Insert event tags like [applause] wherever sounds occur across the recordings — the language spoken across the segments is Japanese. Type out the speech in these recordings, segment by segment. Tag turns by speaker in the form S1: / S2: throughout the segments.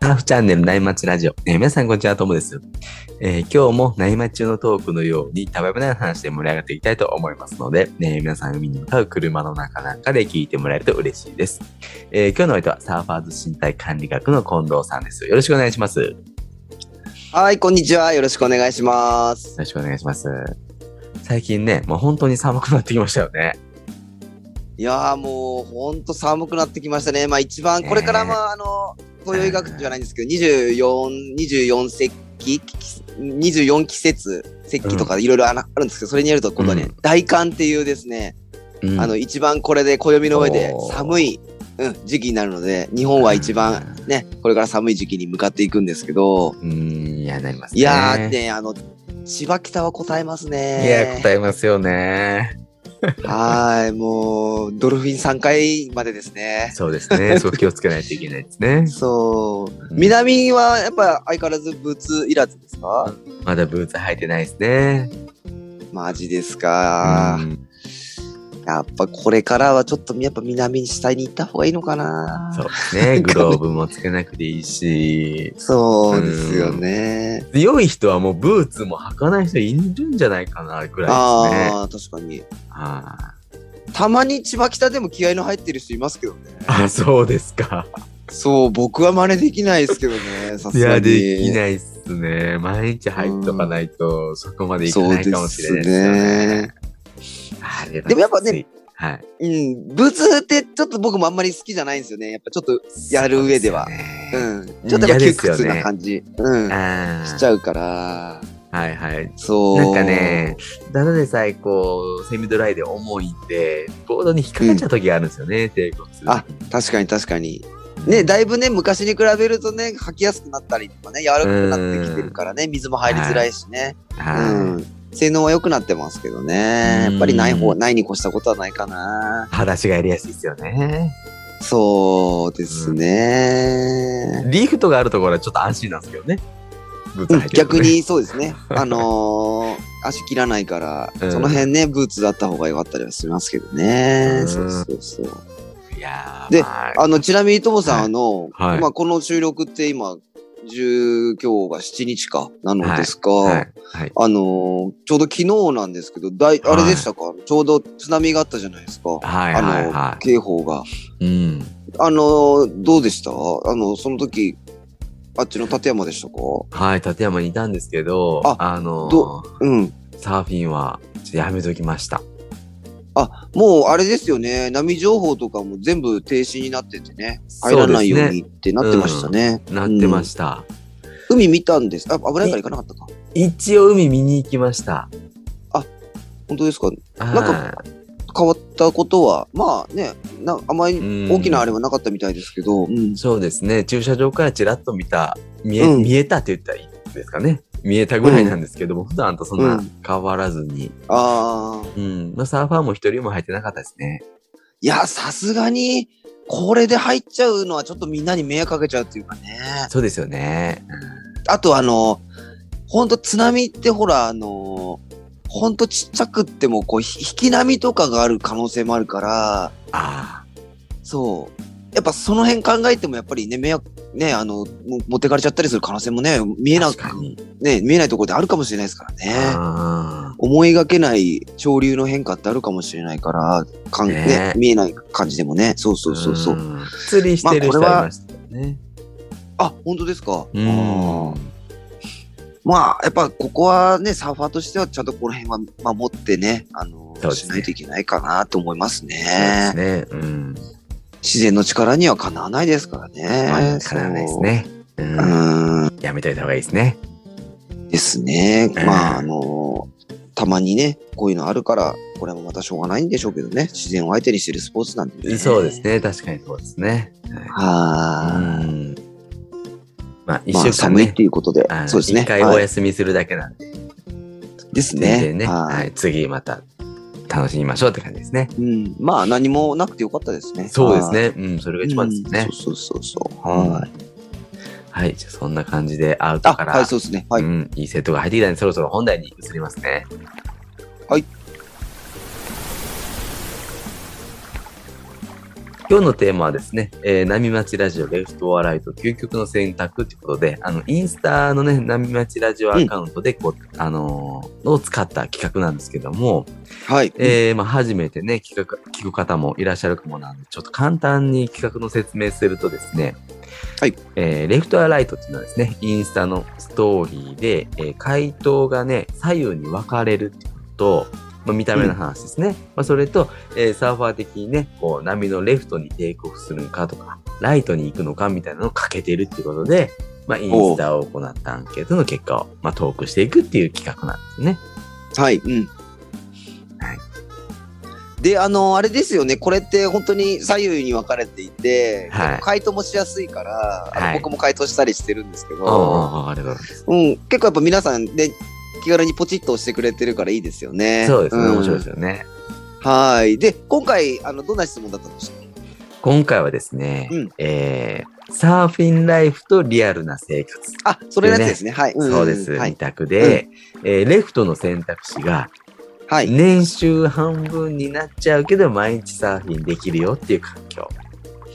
S1: ハーフチャンネル内町ラジオ。えー皆さんこんにちは、ともです、えー今日も内町中のトークのように、たわいもない話で盛り上がっていきたいと思いますので、えー皆さん海に向かう車の中なんかで聞いてもらえると嬉しいです。えー今日のお相手はサーファーズ身体管理学の近藤さんです。よろしくお願いします。よ
S2: はい、こんにちは。よろしくお願いします。
S1: ろしくお願いします。最近ね、もう本当に寒くなってきましたよね。
S2: いやーもう、ほんと寒くなってきましたね。まあ一番、これから
S1: え
S2: まあ、あの、東洋医学じゃないんですけど、24、24節気、24季節、節気とかいろいろあらあるんですけど、それによると、今度はね、
S1: うん
S2: 大寒っていうですね、
S1: うん
S2: あの、一番これで暦の上で
S1: おー
S2: 寒い、うん、時期になるので、日本は一番、ね、これから寒い時期に向かっていくんですけど、
S1: うん、いや、なりますね。
S2: いやーね、あの、千葉北は答えますね。
S1: いや、答えますよね。
S2: はい、もう、ドルフィン3回までですね。
S1: そうですね。すごく気をつけないといけないですね。
S2: そう。
S1: うん
S2: 南はやっぱ相変わらずブーツいらずですか
S1: まだブーツ履いてないですね。
S2: マジですか
S1: う。ん
S2: やっぱこれからはちょっとやっぱ南に下に行った方がいいのかな。
S1: そうです
S2: [laughs]
S1: ね。グローブもつけなくていいし、
S2: そうですよね。
S1: 強い人はもうブーツも履かない人いるんじゃないかな、ぐらいですね。
S2: ああ、確かに。
S1: あ
S2: たまに千葉北でも気合の入ってる人いますけどね。
S1: ーあ、そうですか。
S2: そう、僕は真似できないですけど
S1: [laughs]
S2: ね。さ
S1: い
S2: すが
S1: や、
S2: に。
S1: できないっすね。毎日履いとかないと、そこまでいかないかもしれないですよね。あー
S2: でもやっぱね、
S1: はい。
S2: うん、ブーツってちょっと僕もあんまり好きじゃないんですよね。やっぱちょっとやる上では
S1: そうすよね
S2: うんちょっとやっぱ窮屈な感じ、うん、
S1: あ
S2: しち
S1: ー
S2: ゃうから、
S1: はいはい。
S2: そう。
S1: なんかね、ただでさえこう、セミドライで重いんで、ボードに引っかかっちゃう時があるんですよね、抵抗する。
S2: あ、確かに確かに。ね、だいぶね、昔に比べるとね、履きやすくなったりとかね、柔らかくなってきてるからね、水も入りづらいしね、
S1: は
S2: う
S1: い。
S2: ん。性能は良くなってますけどね、
S1: うん
S2: やっぱりない方、ないに越したことはないかな。
S1: 裸足がやりやすいですよね。
S2: そうですね。
S1: リフトがあるところはちょっと安心なんですけどね。ブーツ
S2: う
S1: 履
S2: ん
S1: いてると
S2: 逆
S1: ね。
S2: にそうで
S1: [laughs]
S2: すね。あのー足切らないから、
S1: うん
S2: その辺ね、ブーツだった方が良かったりはしますけどね。
S1: うん
S2: そうそうそう。
S1: いやー
S2: で
S1: まあ
S2: あの、ちなみにともさん、あの、
S1: はい
S2: まあ、この収録って今、10、今日が7日か、なのですが、
S1: はい。はい。
S2: あのーちょうど昨日なんですけど、だい、
S1: はい
S2: あれでしたか、ちょうど津波があったじゃないですか。
S1: はい
S2: あの
S1: は
S2: ー
S1: いは
S2: 警報が。
S1: い。うん。
S2: あのーどうでしたあの、その時、あっちの立山でしたか
S1: はい、立山にいたんですけど、
S2: あ
S1: あの
S2: ど
S1: ー、
S2: うん。
S1: サーフィンはちょっとやめときました。
S2: あ、もうあれですよね。波情報とかも全部停止になっててね。入らないようにってなってましたね。
S1: なってました。
S2: 海見たんです。あ、危ないから行かなかったか。
S1: 一応海見に行きました。
S2: 本当ですか
S1: は
S2: ない変わったことは、まあね、なあまり大きなあれはなかったみたいですけど、うん
S1: そうですね、駐車場からちらっと見た、見え,、
S2: うん
S1: 見えたって言ったらいいですかね。見えたぐらいなんですけども、普段とそんな変わらずに。
S2: ああ、
S1: うん。まあ、サーファーも一人も入ってなかったですね。
S2: いや、さすがに、これで入っちゃうのはちょっとみんなに迷惑かけちゃうっていうかね。
S1: そうですよね。
S2: あとあの、ほんと津波ってほら、あの、ほんとちっちゃくっても、こう、ひ引き波とかがある可能性もあるから、
S1: あ
S2: そう。やっぱその辺考えてもやっぱりね、迷惑、ね、あの、も持ってかれちゃったりする可能性もね、見え
S1: あ。
S2: な
S1: 確
S2: く
S1: か、に。
S2: ね、見えないところであるかもしれないですからね。
S1: あ
S2: 思いがけない潮流の変化ってあるかもしれないから、かん
S1: ね
S2: ね見えない感じでもね。そうそうそうそう。
S1: ん釣りしてる人いましたよね。
S2: あ、本当ですか。
S1: うん
S2: あーまあ、やっぱここはね、サーファーとしてはちゃんとこの辺は守ってね、あの
S1: そうですね
S2: しないといけないかなと思います
S1: そう
S2: ね。
S1: ですね。うん。
S2: 自然の力にはかなわないですからね。
S1: まあ、からないですね。う
S2: そう。
S1: ん。
S2: うん、
S1: やめといた方がいいですね。
S2: ですね。
S1: うん
S2: まあ、あのたまにね、こういうのあるから、これもまたしょうがないんでしょうけどね。自然を相手にしてるスポーツなんで、ね。
S1: そうです。ね。確かにそうですね。
S2: はーい。
S1: うん。まあ、一
S2: まあ、
S1: 週間
S2: 寒いっ
S1: ね
S2: て。いうことで
S1: あ、の
S2: そうですね。
S1: 一回
S2: は
S1: お
S2: い、
S1: 休みするだけなんで
S2: です
S1: 全然
S2: ね。
S1: ね、
S2: はい
S1: はい、次また楽しみましょうって感じですね。
S2: うん、まあ、何もなくてよかったですね。
S1: そうですね。うん、それが
S2: はい。
S1: 一番ですよね
S2: うん。そうそうそうそう。
S1: うん
S2: はい。
S1: はい、じゃあそんな感じでアウト
S2: あ、
S1: から、
S2: はい、そうですね。はい。
S1: うん、いいセットが入ってきたんで、そろそろ本題に移りますね。
S2: はい。
S1: 今日のテーマはですね、えー、波町ラジオレフトオアライト究極の選択ということで、あの、インスタのね、波町ラジオアカウントで、こう、あのーを使った企画なんですけども、
S2: はい。
S1: えー、まあ、初めてね、企画、聞く方もいらっしゃるかもなんで、ちょっと簡単に企画の説明するとですね、
S2: はい。
S1: えー、レフトアライトっていうのはですね、インスタのストーリーで、えー回答がね、左右に分かれるってことと、まあ、見た目の話ですね。まあ、それと、えーサーファー的にね、こう、波のレフトにテイクオフするのかとか、ライトに行くのかみたいなのをかけてるっていうことで、まあ、インスタを行ったアンケートの結果を、まあ、トークしていくっていう企画なんですね。
S2: はい。う
S1: は
S2: ん。
S1: い
S2: で、あの、あれですよね。これって本当に左右に分かれていて、
S1: はい
S2: 回答もしやすいから、あの
S1: はい
S2: 僕も回答したりしてるんですけど、
S1: おーおーおーありがとうございます。
S2: うん、結構やっぱ皆さんで、気軽にポチッと押してくれてるからいいですよね。
S1: そうですね、
S2: ん
S1: 面白いですよね。
S2: はい。で、今回、あの、どんな質問だったんでしたっけ
S1: 今回はですね、
S2: うん
S1: えーサーフィンライフとリアルな生活。
S2: あ、それのやつですね。はい。んんん
S1: そうです、
S2: は
S1: 二
S2: い。
S1: 択で、えーレフトの選択肢が
S2: はい。
S1: 年収半分になっちゃうけど毎日サーフィンできるよっていう環境。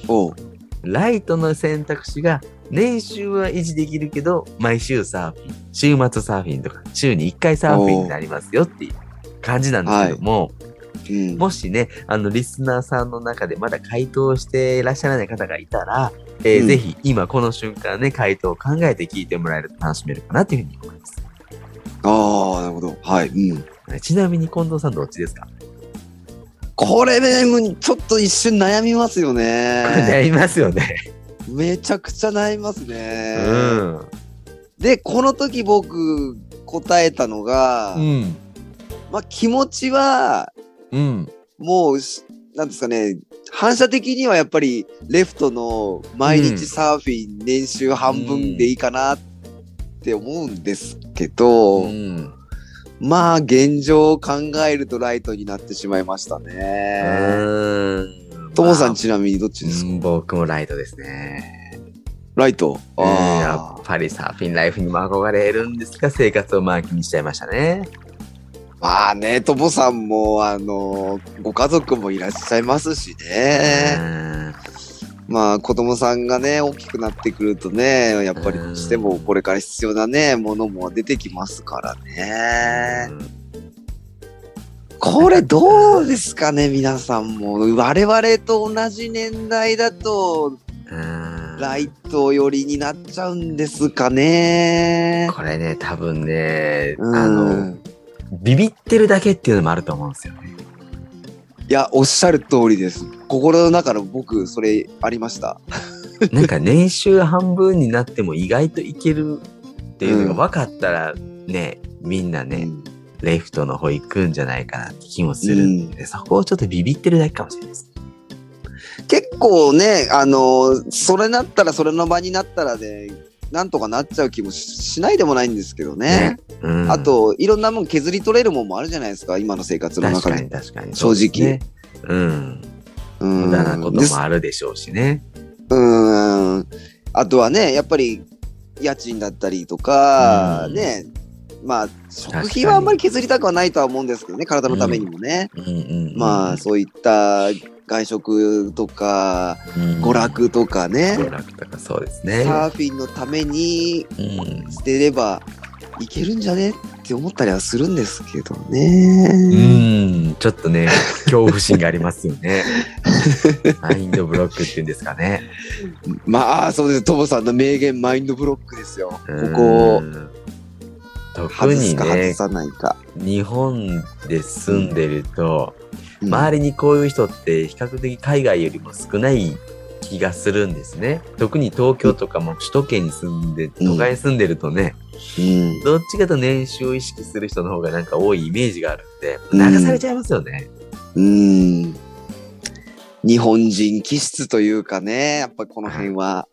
S2: おう
S1: ライトの選択肢が年収は維持できるけど毎週サーフィン、週末サーフィンとか週に1回サーフィンになりますよっていう感じなんですけども、
S2: うん
S1: もしね、あの、リスナーさんの中でまだ回答していらっしゃらない方がいたら、えー
S2: うん
S1: ぜひ今この瞬間ね、回答を考えて聞いてもらえると楽しめるかなというふうに思います。
S2: ああ、なるほど。はい。うん。
S1: はいちなみに近藤さんどっちですか、
S2: これね、むちょっと一瞬悩みますよね。
S1: これ悩みますよ [laughs] ね。
S2: めちゃくちゃ悩みます
S1: う
S2: ね。
S1: ん。
S2: で、この時僕答えたのが、
S1: うん。
S2: まあ気持ちは、
S1: うん。
S2: もうし、なんですかね、反射的にはやっぱりレフトの毎日サーフィン年収半分でいいかなって思うんですけど、
S1: うん。
S2: まあ現状を考えるとライトになってしまいましたね。
S1: うん
S2: ともさん
S1: ま
S2: ちなみにどっ
S1: あ
S2: ちです
S1: う
S2: か、
S1: ん僕もライトですね。
S2: ライト。
S1: うんや
S2: あ
S1: っぱりサーフィンライフにも憧れるんですが、生活を満喫にしちゃいましたね。
S2: あ。まあね、ともさんも、あの、ご家族もいらっしゃいますしね。
S1: うん
S2: まあ子供さんがね大きくなってくるとねやっぱりどうしてもこれから必要なねものも出てきますからね
S1: うん
S2: これどうですかね皆さんも我々と同じ年代だと
S1: うん
S2: ライト寄りになっちゃうんですかね
S1: これね、多分ね、
S2: うん
S1: あの、ビビってるだけっていうのもあると思うんですよ
S2: [laughs]
S1: ね。
S2: いやおっしゃる通りです心の中の僕それありました
S1: なんか年収半分になっても意外といけるっていうのが分かったらね、みんな
S2: う
S1: ね、
S2: ん
S1: レフトの方行くんじゃないかなって気もするんで、そこをちょっとビビってるだけかもしれないです。
S2: 結構ねあのそれなったらそれの場になったらねなんとかなっちゃう気もししないでもないんですけどね
S1: ねうん
S2: あ、といろんなもん削り取れるもんもあるじゃないですか今の生活の
S1: 確
S2: 中
S1: か
S2: で
S1: に確かに。
S2: 正
S1: そ
S2: 直
S1: うですねうん。
S2: うん
S1: 無駄なこと
S2: です
S1: もあるでしょうしね。
S2: うんあとはねやっぱり家賃だったりとか、
S1: うん
S2: ねまあ
S1: 確
S2: 食
S1: か
S2: 費
S1: に
S2: はあんまり削りたくはないとは思うんですけどね体のためにもね、
S1: うんうんうん
S2: まあそういった外食とか
S1: うん
S2: 娯楽とかね、
S1: 娯楽とかそうですね。
S2: サーフィンのために
S1: うん
S2: 捨てればいけるんじゃねって思ったりはするんですけど
S1: う
S2: ね。
S1: ーん、ちょっと
S2: [laughs]
S1: ね、恐怖心がありますよね。マインドブロックっていうんですかね。
S2: まあそうですトモさんの名言マインドブロックですよ。ここ
S1: うー
S2: を
S1: ん特
S2: 外す
S1: に
S2: か
S1: ね
S2: 外、さないか。
S1: 日本で住んでると、
S2: うん
S1: 周りにこういう人って比較的海外よりも少ない気がするんですね。特に東京とかも首都圏に住んで、都会に住んでるとね、
S2: うん
S1: どっちかと年収を意識する人の方がなんか多いイメージがあるんで、
S2: うん
S1: 流されちゃいますよね。
S2: うん日本人気質というかねやっぱこの辺は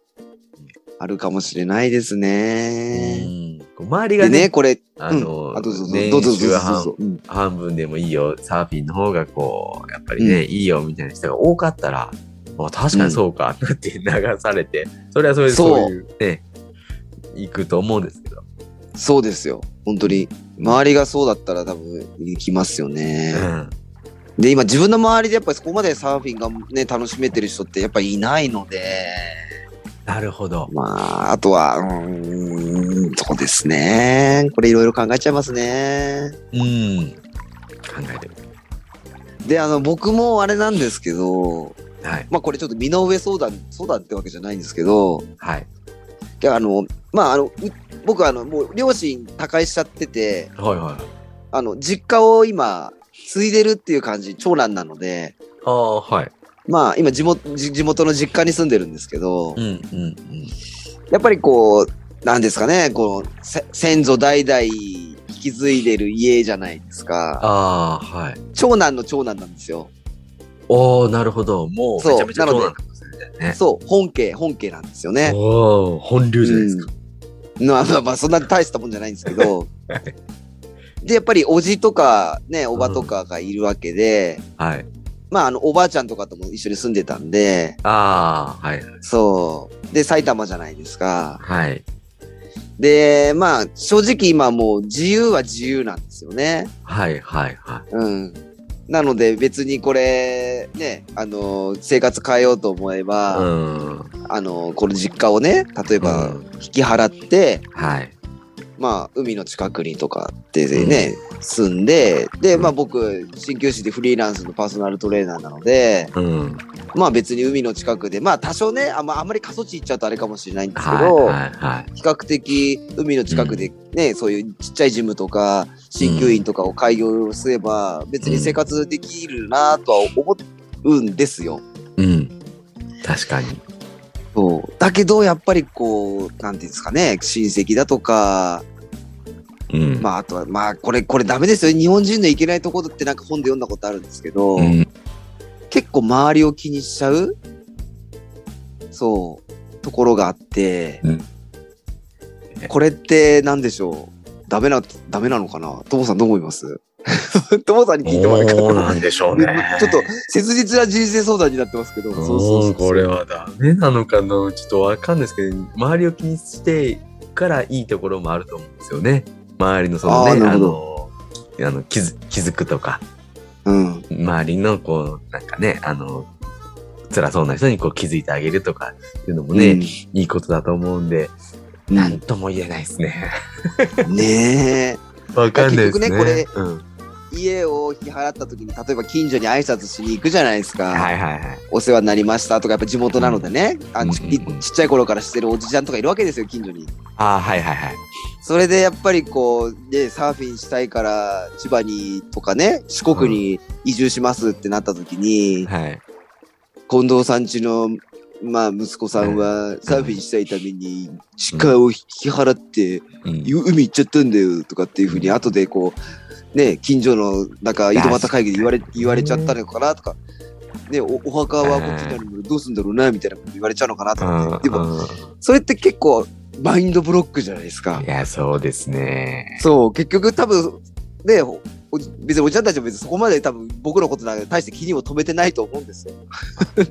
S2: あるかもしれないですね。
S1: うんこう周りが
S2: で
S1: ね、
S2: ねこれ
S1: あの、
S2: あどうぞ
S1: 年
S2: どうぞどうぞ
S1: 収
S2: どうぞどう
S1: 半
S2: ぞ。うん
S1: 半分でもいいよ、サーフィンの方がこう、やっぱりね、いいよみたいな人が多かったら、あ確かにそうか、なって流されて、それはそれで
S2: そう
S1: そういう、ね、行くと思うんですけど。
S2: そうですよ本当に周りがそうだったら多分行きますよね。
S1: うん
S2: で、今自分の周りでやっぱりそこまでサーフィンがね、楽しめてる人ってやっぱいないので、
S1: なるほど。
S2: まあ、あとは、うーん、そうですね。これいろいろ考えちゃいますね。
S1: うん。考えてる。
S2: で、あの、僕もあれなんですけど、
S1: はい。
S2: まあこれちょっと身の上相談、相談ってわけじゃないんですけど、
S1: はい。
S2: いやあの、まああの、う僕あの、もう両親他界しちゃってて、
S1: はいはい。
S2: あの、実家を今、継いでるっていう感じ、長男なので、
S1: ああ、はい。
S2: まあ今地元、地地元の実家に住んでるんですけど
S1: う、んうんうん。
S2: やっぱりこう、なんですかね、こう、せ先祖代々引き継いでる家じゃないですか。
S1: ああ、はい。
S2: 長男の長男なんですよ。
S1: おおなるほど。もう、
S2: そう
S1: めちゃめちゃ
S2: なの
S1: 長
S2: で
S1: 男ってことですね。
S2: そう、本家、本家なんですよね。
S1: おお本流じゃないですか。
S2: うんまあまあまあ、そんな大したもんじゃないんです
S1: [laughs]
S2: けど。で、やっぱり、おじとか、ね、おばとかがいるわけで、
S1: はい。
S2: まあ、あの、おばあちゃんとかとも一緒に住んでたんで、
S1: ああ、はい。
S2: そう。で、埼玉じゃないですか。
S1: はい。
S2: で、まあ、正直今もう、自由は自由なんですよね。
S1: はいはいは
S2: うん。なので別にこれ、ね、あの生活変えようと思え
S1: い。
S2: ば、
S1: うん。
S2: あのこの実家をね、例えば
S1: うん
S2: 引き払って、
S1: はい。
S2: まあ、海の近くにとかってね、住んで、で、まあ僕、鍼灸師でフリーランスのパーソナルトレーナーなので、
S1: うん。
S2: まあ別に海の近くで、まあ多少ね、あんまあんまり過疎地行っちゃうとあれかもしれないんですけど、
S1: はいはいはい。
S2: 比較的海の近くでね、そういうちっちゃいジムとか鍼灸院とかを開業すれば別に生活できるなとは思うんですよ。
S1: うん。確かに。
S2: そうだけどやっぱりこうなんていうんですかね親戚だとか
S1: うん。
S2: まああとはまあこれこれダメですよ日本人のいけないところってなんか本で読んだことあるんですけど、
S1: うん、
S2: 結構周りを気にしちゃうそうところがあって、
S1: うん
S2: これって何でしょうダメなダメなのかなともさんどう思います [laughs] ともさんに聞いてもらえ
S1: そう
S2: か
S1: なんでしょう
S2: ち
S1: ね。
S2: ょっと切実な人生相談になってますけど、そうそうそう
S1: うんこれはダメなのかなちょっとわかんないですけど、周りを気にしてからいいところもあると思うんですよね。周りのその
S2: あー
S1: ね、
S2: な
S1: あ
S2: るほ
S1: の、あの気づ気づくとか、
S2: うん、
S1: 周りのこう、なんかね、あの、辛そうな人にこう気づいてあげるとかっていうのもね、
S2: うん
S1: いいことだと思うんで、
S2: うん
S1: なんとも言えないですね。
S2: ねえ
S1: わかんないですね。
S2: [laughs] 結局ね
S1: うん、
S2: 家を引き払った時に例えば近所に挨拶しに行くじゃないですか、
S1: はいはいはい。
S2: お世話になりましたとかやっぱ地元なのでね、あのち
S1: うんうんうん
S2: ちっちゃい頃からしてるおじちゃんとかいるわけですよ近所に
S1: あーはいはいはい。
S2: それでやっぱりこう、ね、サーフィンしたいから千葉にとかね、四国に移住しますってなった時に、
S1: はい。
S2: 近藤さんちの、まあ息子さんはサーフィンしたいために、実家を引き払って、
S1: うん
S2: ゆ海行っちゃったんだよとかっていうふうに、後でこう、ね、近所のなんか井戸端会議で言われ言われちゃったのかなとか、ね、おお墓はこっちにあるのにどうすんだろうなみたいなこと言われちゃうのかなとかって、でも
S1: うん
S2: それって結構マインドブロックじゃないですか
S1: い。や、そうですね。
S2: そう、結局多分、ね、おおじ別におじちゃんたちも別にそこまで多分僕のことなんか大して気にも留めてないと思うんですよ。
S1: うん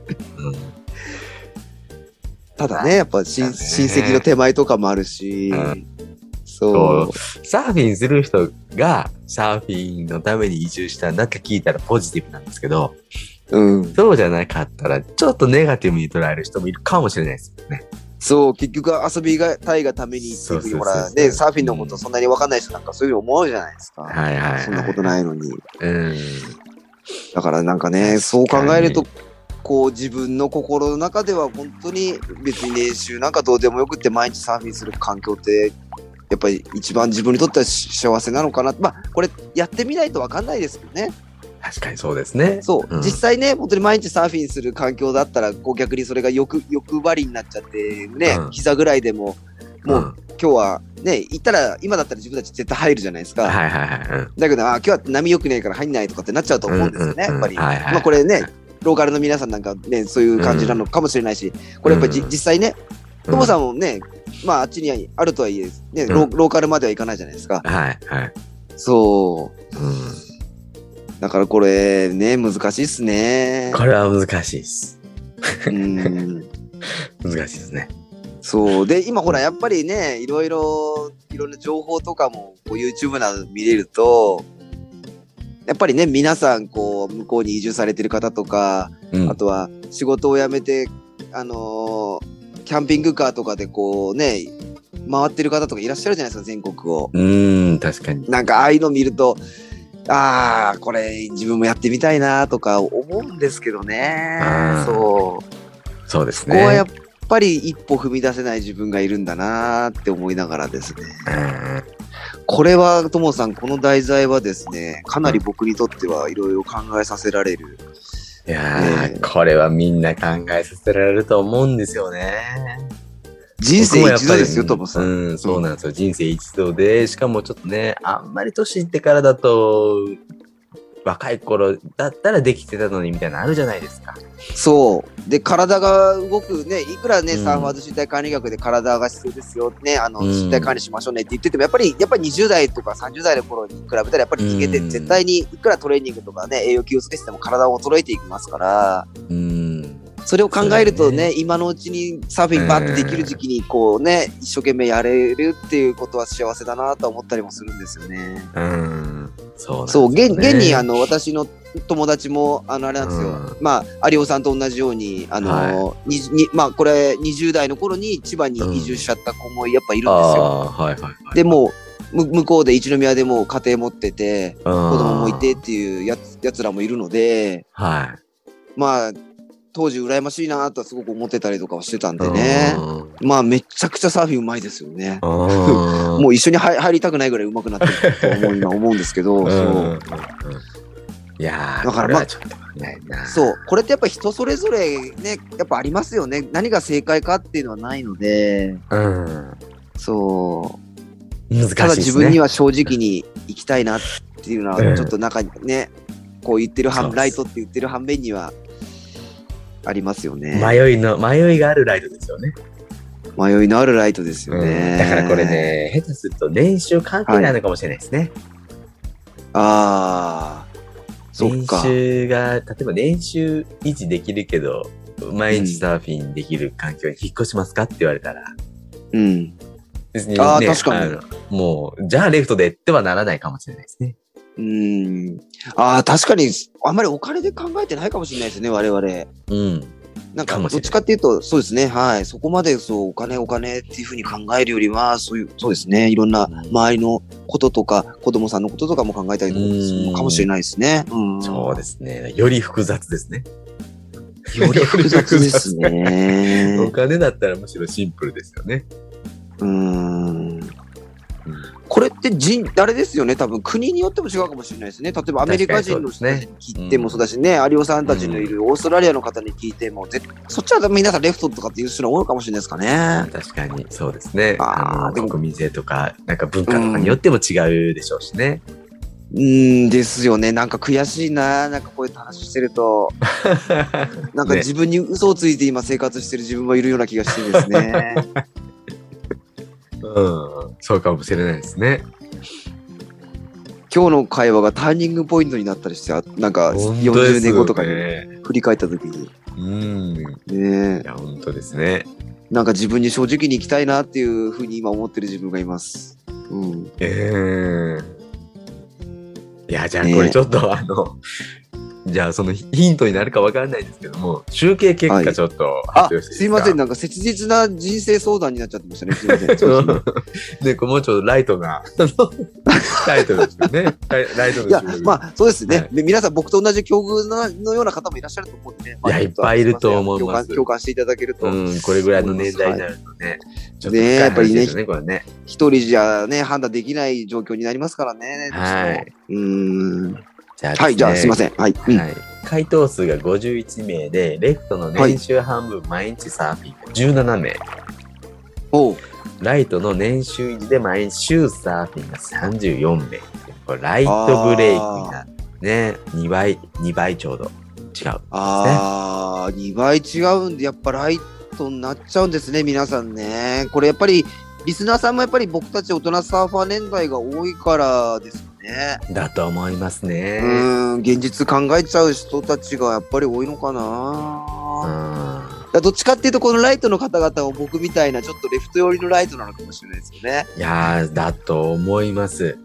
S2: ただね、やっぱ
S1: だ
S2: 親
S1: ね
S2: 親戚の手前とかもあるし、
S1: うん
S2: そう。
S1: サーフィンする人がサーフィンのために移住したなんか聞いたらポジティブなんですけど、
S2: うん、
S1: そうじゃなかったらちょっとネガティブに捉える人もいるかもしれないですよね。
S2: そう結局遊びがたいがために行ってく
S1: そうそうそう
S2: ほらねサーフィンのことそんなに分かんない人なんかそういうふうに思うじゃないですか、
S1: はいはいはい
S2: そんなことないのに
S1: うん。
S2: だからなんかねそう考
S1: 確か
S2: え
S1: に
S2: るとこう自分の心の中では本当に別に練習なんかどうでもよくって毎日サーフィンする環境ってやっぱり一番自分にとってはし幸せなのかなまあこれやってみないと分かんないですけどね
S1: 確かにそうですね。
S2: そう、
S1: うん
S2: 実際ね本当に毎日サーフィンする環境だったらこう逆にそれが欲欲張りになっちゃってね、
S1: うん
S2: 膝ぐらいでももう今日はね行ったら今だったら自分たち絶対入るじゃないですか、
S1: うんはいはいはい。うん
S2: だけどあー今日は波良くねえから入んないとかってなっちゃうと思うんですよね、
S1: うんうんうん
S2: やっぱり、
S1: はいはい
S2: まあこれねローカルの皆さんなんかねそういう感じなのかもしれないし、これやっぱりじ、
S1: うん
S2: 実際ね
S1: う
S2: トモさんもね、まああっちにあるとはいえ、ねローローカルまでは行かないじゃないですか、
S1: はいはい。
S2: そ
S1: うん。
S2: うだからこれね難しいっすね
S1: これは難しいです。
S2: うん
S1: 難しいですね。
S2: そうで今ほらやっぱりねいろいろいろんな情報とかもこう YouTube などで見れるとやっぱりね、皆さん、こう、向こうに移住されてる方とか、
S1: うん
S2: あとは仕事を辞めて、あのーキャンピングカーとかでこうね、回ってる方とかいらっしゃるじゃないですか、全国を。
S1: うーん、確かに。
S2: なんかああいうの見ると、ああ、これ自分もやってみたいなとか思うんですけどね
S1: うん。
S2: そう。
S1: そうで
S2: そ
S1: す
S2: こ
S1: ね。
S2: はやっぱり一歩踏み出せない自分がいるんだなーって思いながらですね。
S1: うん
S2: これは、ともさん、この題材はですね、かなり僕にとってはいろいろ考えさせられる。
S1: いやー、
S2: ねえ
S1: これはみんな考えさせられると思うんですよね。
S2: 人
S1: 僕
S2: 生
S1: もやっぱり
S2: 一度ですよ、ともさん。
S1: うん、そうなんですよ。人生一度で、しかもちょっとね、あんまり年いってからだと、若い頃だったらできてたのにみたいなのあるじゃないですか。
S2: そう。で、体が動くね、いくらね、
S1: うん
S2: サーファーズ身体管理学で体が必要ですよ、ね、あの、
S1: うん
S2: 身体管理しましょうねって言ってても、やっぱり、やっぱり20代とか30代の頃に比べたら、やっぱり人間って
S1: うん
S2: 絶対に、いくらトレーニングとかね、栄養気をつけてても体は衰えていきますから、
S1: うん。
S2: それを考えると
S1: そうだ
S2: ね、
S1: ね
S2: 今のうちにサーフィンバーってできる時期に、こうね、一生懸命やれるっていうことは幸せだなとは思ったりもするんですよね。
S1: うん。そうなんです
S2: そう、
S1: よね
S2: 現現にあの私の友達もあのあれなんですよ、
S1: うん
S2: まあ有尾さんと同じようにあの、
S1: は
S2: ににまあ、これ20代の頃に千葉に移住しちゃった子もやっぱいるんですよ。
S1: あーはいはいはい。
S2: でもうむ向こうで一宮でもう家庭持ってて
S1: 子
S2: 子供もいてっていうやつやつらもいるので
S1: は
S2: まあ当時羨ましいなとはすごく思ってたりとかはしてたん
S1: い。
S2: でね
S1: うん。
S2: まあめちゃくちゃサーフィンうまいですよね。
S1: [laughs] も
S2: もう一緒に入入りたくないぐらいうまくなってると
S1: [laughs]
S2: 思う今思うんですけど、
S1: うん
S2: そう
S1: うんうんいやー、
S2: だか
S1: こ
S2: ら
S1: れは
S2: まあ
S1: ちょっとないな。
S2: そう、これってやっぱ人それぞれね、やっぱありますよね。何が正解かっていうのはないので、
S1: うん。
S2: そう。
S1: 難しいですね。
S2: ただ自分に
S1: は、
S2: は正直に生きたいなっていうの
S1: うん
S2: は、ちょっと中にね、こう言ってる
S1: そう
S2: 反、
S1: です
S2: ライトって言ってる反面には、ありますよね。
S1: 迷いの、迷いがあるライトですよね。
S2: 迷いのあるライトですよね。
S1: だからこれ。ね、下手すると練習関係ないのかもしれないですね。
S2: ああ、そっ
S1: 練
S2: か。
S1: 習が、例えば練習維持できるけど、毎日サーフィンできる環境に引っ越しますかって言われたら、
S2: うん。
S1: 別にね、
S2: あー確かに
S1: あのもう、じゃあレフトでってはならないかもしれないですね。
S2: うん。ああ、確かに、あんまりお金で考えてないかもしれないですね、我々。
S1: うん。
S2: なんか
S1: か
S2: ど
S1: も
S2: っ
S1: しれない
S2: ちかっていうと、そうですね、はい、そこまでそうお金、お金っていうふうに考えるよりは、そういう、そうですね、いろんな周りのこととか、子供さんのこととかも考えたりとかするのかもしれないですね。うん、
S1: そうですね。より複雑ですね。
S2: す。より複雑です
S1: [laughs] お [laughs]
S2: ね。
S1: 金だったらむしろシンプルですよね。
S2: うん。これって人、誰ですよね、多分国によっても違うかもしれないですね。例えばアメリカ人の人たちに聞いてもそうだしね、有オさんたちのいるオーストラリアの方に聞いても、ぜそっちは皆さんレフトとかっていう人が多いかもしれないですかね。
S1: 確かに、そうですね。
S2: あー
S1: あ
S2: で
S1: の
S2: も
S1: 国民性とか、なんか文化とかによっても違うでしょうしね。
S2: うーんですよね。なんか悔しいな。なんかこういう話してると、なんか
S1: ね
S2: 自分に嘘をついて今生活してる自分もいるような気がしてですね。 [laughs]
S1: うん、そうかもしれないですね。
S2: 今日の会話がターニングポイントになったりして、あなんか
S1: 本当で
S2: 40
S1: す
S2: 年後とかに
S1: ね。
S2: 振り返った時に、
S1: うん。い
S2: ね
S1: や、本当ですね。
S2: なんか自分に正直に生きたいなっていうふうに今思ってる自分がいます。うん。
S1: うん。いや、じゃあ
S2: ね
S1: これちょっと、あの、じゃあそのヒントになるかわからないですけども、集計結
S2: は
S1: 果
S2: い
S1: ちょっと
S2: あ
S1: 発表、してい
S2: すい
S1: いで
S2: ます
S1: か
S2: せん。なんか切実な人生相談になっちゃってましたね。すいません。
S1: [laughs] で、これもうちょっとライトな、あ
S2: [laughs]
S1: のタイトルですよね。ライライトの
S2: いや
S1: 収録、
S2: まあ、そうですね、
S1: はい
S2: み皆さん、僕と同じ境遇なのような方もいらっしゃると思うんでね、まあ
S1: いや
S2: ちょと
S1: いっぱいいると思います
S2: 共感共感していただけると、
S1: うん、これぐらいの年代になるとね、ちょっと
S2: ね
S1: 深い
S2: やっぱり
S1: 話
S2: ね
S1: ですよね、これね。
S2: 一人じゃね、判断できない状況になりますからね、どうしても
S1: はい。
S2: うーん。
S1: じゃあ
S2: はい、じゃあ、すいま
S1: ん。
S2: せん。はい。うん
S1: はい。回答数が51名で、レフトの年収半分、毎日サーフィンが17名、
S2: おう
S1: ライトの年収維持で毎週サーフィンが34名。これライトブレイクになるね。2倍、2倍ちょうど。違う。
S2: あー、2倍違うんで、やっぱライトになっちゃうんですね、皆さんね。これやっぱり、リスナーさんもやっぱり僕たち大人サーファー年代が多いからですかね。
S1: だと思います
S2: う
S1: ね。
S2: ーん、現実考えちゃう人たちがやっぱり多いのか
S1: う
S2: な。
S1: ん
S2: だからどっちかっていうと、このライトの方々は僕みたいな、ちょっとレフト寄りのライトなのかもしれないですよね。
S1: いやーだと思います。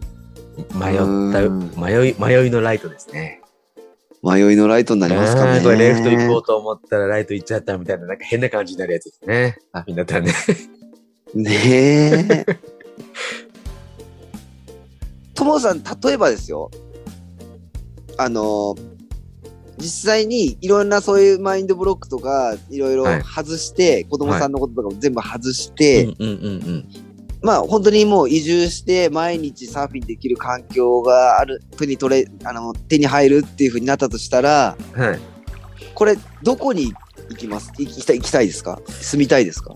S1: 迷った、
S2: うん
S1: 迷い、迷いのライトですね。
S2: 迷いのライトになりますか
S1: あ
S2: ね。
S1: ーこれレフト行こうと思ったらライト行っちゃったみたいな、なんか変な感じになるやつですね。あ、みんなったらね。 [laughs]
S2: ねえ。ともさん、例えばですよ。あの、実際にいろんなそういうマインドブロックとか、いろいろ
S1: はい
S2: 外して、子供さんのこととかも全部外して、
S1: うんうんうん
S2: まあ本当にもう移住して毎日サーフィンできる環境がある、手に取れ、あの、手に入るっていう風になったとしたら、
S1: うん。はい。
S2: これ、どこに行きます行きたい、行きたいですか住みたいですか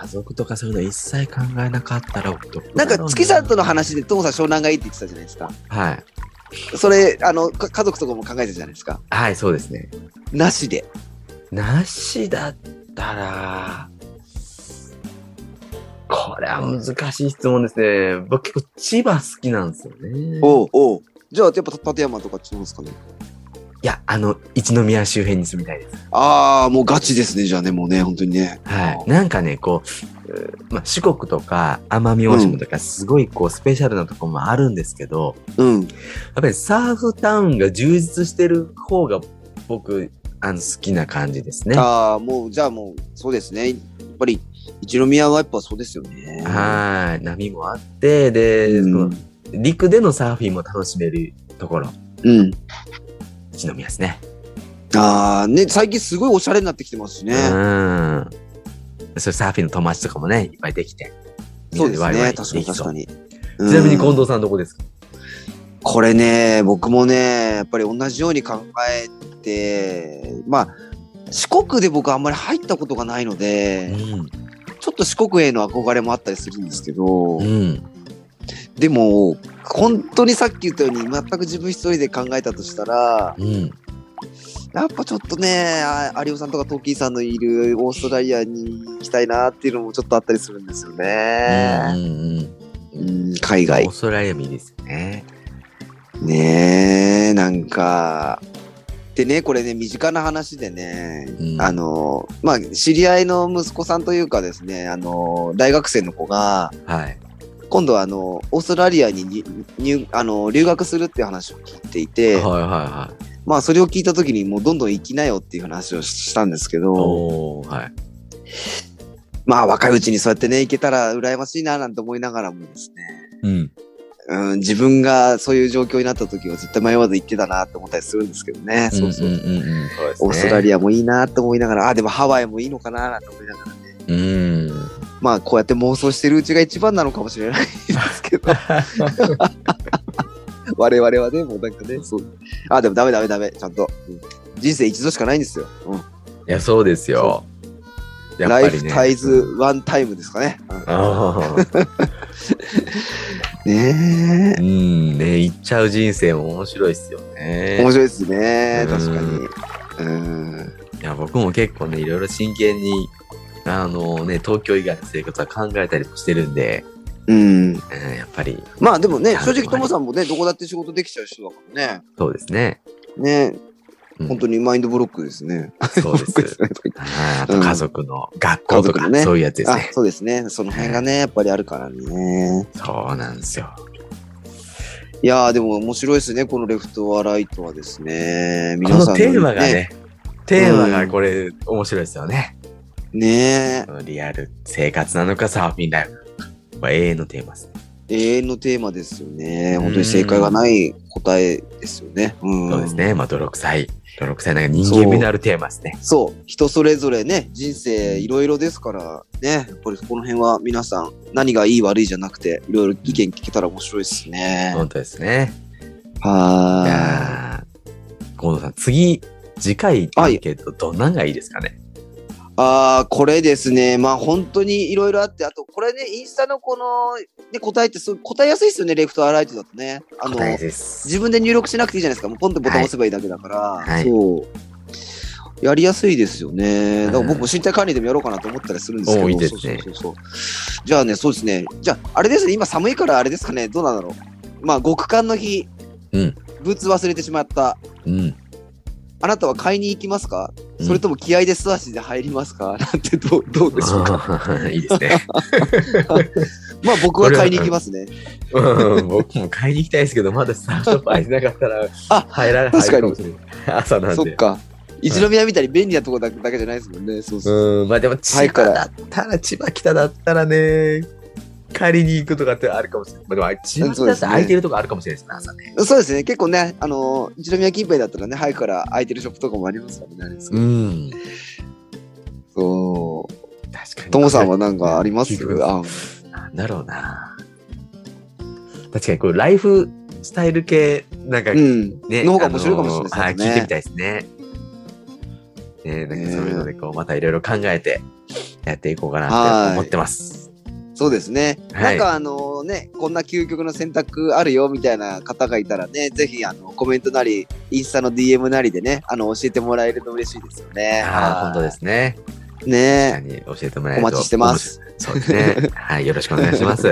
S1: 家族とかそういうの一切考えなかったら男だろう
S2: なんか月さんとの話で、ともさん湘南がいいって言ってたじゃないですか。
S1: はい。
S2: それ、あの、か家族とかも考えてたじゃないですか。
S1: はい、そうですね。
S2: なしで。
S1: なしだったら、これは難しい質問ですね。僕結構千葉好きなんですよね。
S2: おうおう。じゃあ、やっぱ立山とかってうんですかね。
S1: いや、あの、一宮周辺に住みたいです。
S2: ああ、もうガチですね、じゃあね、もうね、本当にね。
S1: はい。なんかね、こう、うーまあ、四国とか奄美大島とか、すごいこう、スペシャルなとこもあるんですけど、
S2: うん。
S1: やっぱりサーフタウンが充実してる方が僕、あの、好きな感じですね。は
S2: ああ、もう、じゃあもう、そうですね。やっぱり、一宮はやっぱそうですよね。
S1: い。波もあって、で、
S2: う
S1: その
S2: ん。
S1: 陸でのサーフィンも楽しめるところ、
S2: うん。
S1: 一宮ですね。
S2: ああ、ね、最近すごいおしゃれになってきてますしね。
S1: うん。それサーフィンの友達とかもね、いっぱいできて。
S2: そうです
S1: みんな
S2: ね。
S1: でワイワイ
S2: 確か
S1: で
S2: に
S1: き
S2: 確
S1: そう
S2: かに。
S1: ちなみに
S2: うん
S1: 近藤さんどこですか
S2: これね、僕もね、やっぱり同じように考えて、まあ、四国で僕あんまり入ったことがないの
S1: う
S2: で、
S1: ん。
S2: ちょっと四国への憧れもあったりするんですけど
S1: う、ん。
S2: でも、本当にさっき言ったように、全く自分一人で考えたとしたら、
S1: うん。
S2: やっぱちょっとね、あ有オさんとかトーキーさんのいるオーストラリアに行きたいなっていうのもちょっとあったりするんですよ
S1: うん
S2: ね。
S1: うん
S2: うん、海
S1: うん。
S2: 外
S1: オー。ストラリアもいいですよね。
S2: ねえ、なんか。でね、これね、身近な話でね、
S1: うん
S2: あの、まあ、知り合いの息子さんというかですね、あの、大学生の子が、
S1: はい。
S2: 今度はあの、オーストラリアにに入、あの、留学するっていう話を聞いていて、
S1: はいはいはい。
S2: まあ、それを聞いた時に、もうどんどん行きなよっていう話をしたんですけど、
S1: おー、はい。
S2: まあ、若いうちにそうやってね、行けたら羨ましいな、なんて思いながらもですね、
S1: うん。
S2: うん、自分がそういう状況になった時は絶対迷わず行ってたなって思ったりするんですけどね、そうそう。
S1: んんうんうん。そうですね
S2: オーストラリアもいいなと思いながら、あ、でもハワイもいいのかななんて思いながら、
S1: うん。
S2: まあこうやって妄想してるうちが一番なのかもしれないです
S1: [laughs]
S2: けど、我々はね、もうなんかね、そう。あ、でもダメダメダメ、ちゃんと。うん人生一度しかないんですよ。う
S1: いや、そうですよ。
S2: ん、
S1: や
S2: ラ
S1: っ
S2: イ
S1: ぱり
S2: フ
S1: ね。
S2: タイズワンタイムですかね。
S1: ああ。
S2: うんね
S1: うん。ね、行っちゃう人生も面白いっすよ
S2: え。
S1: ね。
S2: 面白いですね、
S1: うん
S2: 確かに。うん。
S1: いや、僕も結構ね、いろいろ真剣に、あのね、東京以外の生活は考えたりもしてるんで、
S2: うん。
S1: うん、やっぱり
S2: まあでもね、
S1: はい
S2: 正直ともさんもね、どこだって仕事できちゃう人だからね。
S1: そうですね。
S2: ね
S1: うん
S2: 本当にマインドブロックですね。
S1: そうで
S2: ブロック
S1: す。
S2: ねとか言って
S1: はいあと家族の学校と
S2: 家族
S1: か、
S2: のね
S1: そういうやつです
S2: [laughs] あ
S1: ね。
S2: そうですね。その辺がね、やっぱりあるからね。
S1: そうなんですよ。
S2: いやー、でも面白いですね。このレフトはライトはですね。
S1: こ
S2: 皆さん
S1: のテーマがね、テーマが
S2: うん
S1: これ面白いですよね。
S2: ね。ね
S1: リアル生活なのかサーフィンライフ。まあ永遠のテーマです。
S2: 永遠のテーマですよね。
S1: うん
S2: 本当に正解がない答えですよね。うん。
S1: そうです。ね。まあ、泥臭い。泥臭いなんか人間味のあるテーマですね。
S2: そう。人それぞれね、人生いろいろですから、ね。やっぱりこの辺は皆さん、何がいい悪いじゃなくて、いろいろ意見聞けたら面白いですね。
S1: 本当ですね。い
S2: は
S1: やー河野さん、次、次回アンケート、どんなんがいいですかね。
S2: ー。あー、これですね。まあ本当にいろいろあって、あとこれね、インスタのこの、ね、答えってすごい答えやすいですよね、レフトアライトだとね。あの、
S1: 答えです。
S2: 自分で入力しなくていいじゃないですか。もうポンってボタン押せばいいだけだから。
S1: はい
S2: そう。やりやすいですよね。だから
S1: う
S2: 僕
S1: ん
S2: も身体管理でもやろうかなと思ったりするんですけ
S1: お
S2: ど。
S1: ーいいですね
S2: そうそうそうそうじゃあね、そうですね。じゃあ、あれですね。今寒いからあれですかね。どうなんだろう。まあ、極寒の日。
S1: うん
S2: ブーツ忘れてしまった。
S1: うん。
S2: あなたは買いに行きますか、
S1: うん
S2: それとも気合
S1: [laughs]
S2: で [laughs] 素足で入りますかなんてどうどうでしょうか
S1: いいですね。
S2: まあ僕は買いに行きますね。
S1: うん、僕も買いに行きたいですけど、まだスタートアップ入ってなかったら、
S2: あ
S1: 入らない。
S2: 確かに
S1: 入るもしれない朝なん
S2: そっ
S1: で。
S2: か。一宮みたいに便利なとこだけだけじゃないですもんね。そうそう。
S1: うん、まあでも、千葉だったら、千葉北だったらね、借りに行くとかってあるかもしれない。まあでもあれ、千葉北だったら空いてるとこあるかもしれないですね、朝ね。
S2: そうですね。結構ね、あの、一宮近辺だったらね、早くから空いてるショップとかもありますからね。
S1: うん。
S2: そう。
S1: 確かに。
S2: ともさんはなんかあります
S1: 聞いてくだ
S2: あ
S1: なんだろうな。確かに、こう、ライフスタイル系、なんか
S2: う、ん。
S1: ね、
S2: の方が面白いかもしれな
S1: あ
S2: い
S1: の
S2: で
S1: ーはい、聞いてみ
S2: すね。
S1: たいですね。ねなんかそういうので、こう、またいろいろ考えて、やっていこうかなって思ってます。
S2: そうですね。
S1: は
S2: ないんかあのね、こんな究極の選択あるよみたいな方がいたらね、ぜひあのコメントなり、インスタの DM なりでね、あの教えてもらえると嬉しいですよね。
S1: ああ、本当ですね。
S2: す。ね
S1: 何教えてもらえ
S2: お
S1: ると
S2: 待ちしてます。
S1: そうです
S2: [laughs]
S1: ね。はい、よろしくお願いします。い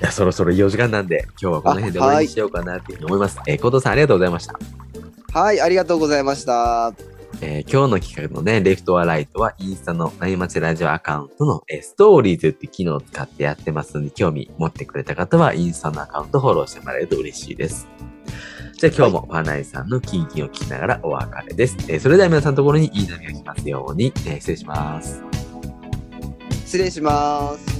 S1: や、そろそろ4時間なんで、今日はこの辺で終わりにしようかなっていうふうに思います。えー、近藤さんありがとうございました。
S2: はい、ありがとうございました。
S1: えー今日の企画のね、レフトはライトはインスタのなにまちラジオアカウントの、えーストーリーズっていう機能を使ってやってますんで、興味持ってくれた方はインスタのアカウントフォローしてもらえると嬉しいです。じゃあ今日もパナイさんのキンキンを聞きながらお別れです。えーそれでは皆さんのところにいい波が来ますように、えー失礼します。
S2: 失礼します。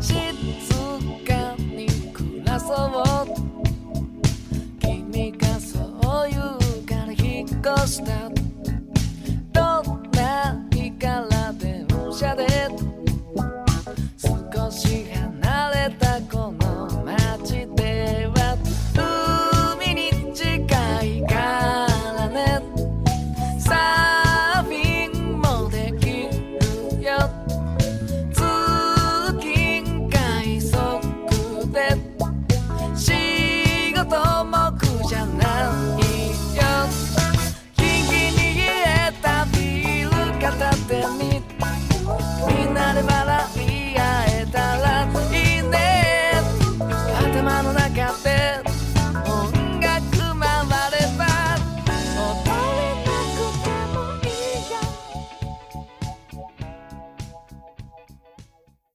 S3: 静かに暮らそう君がそう言うから引っ越したと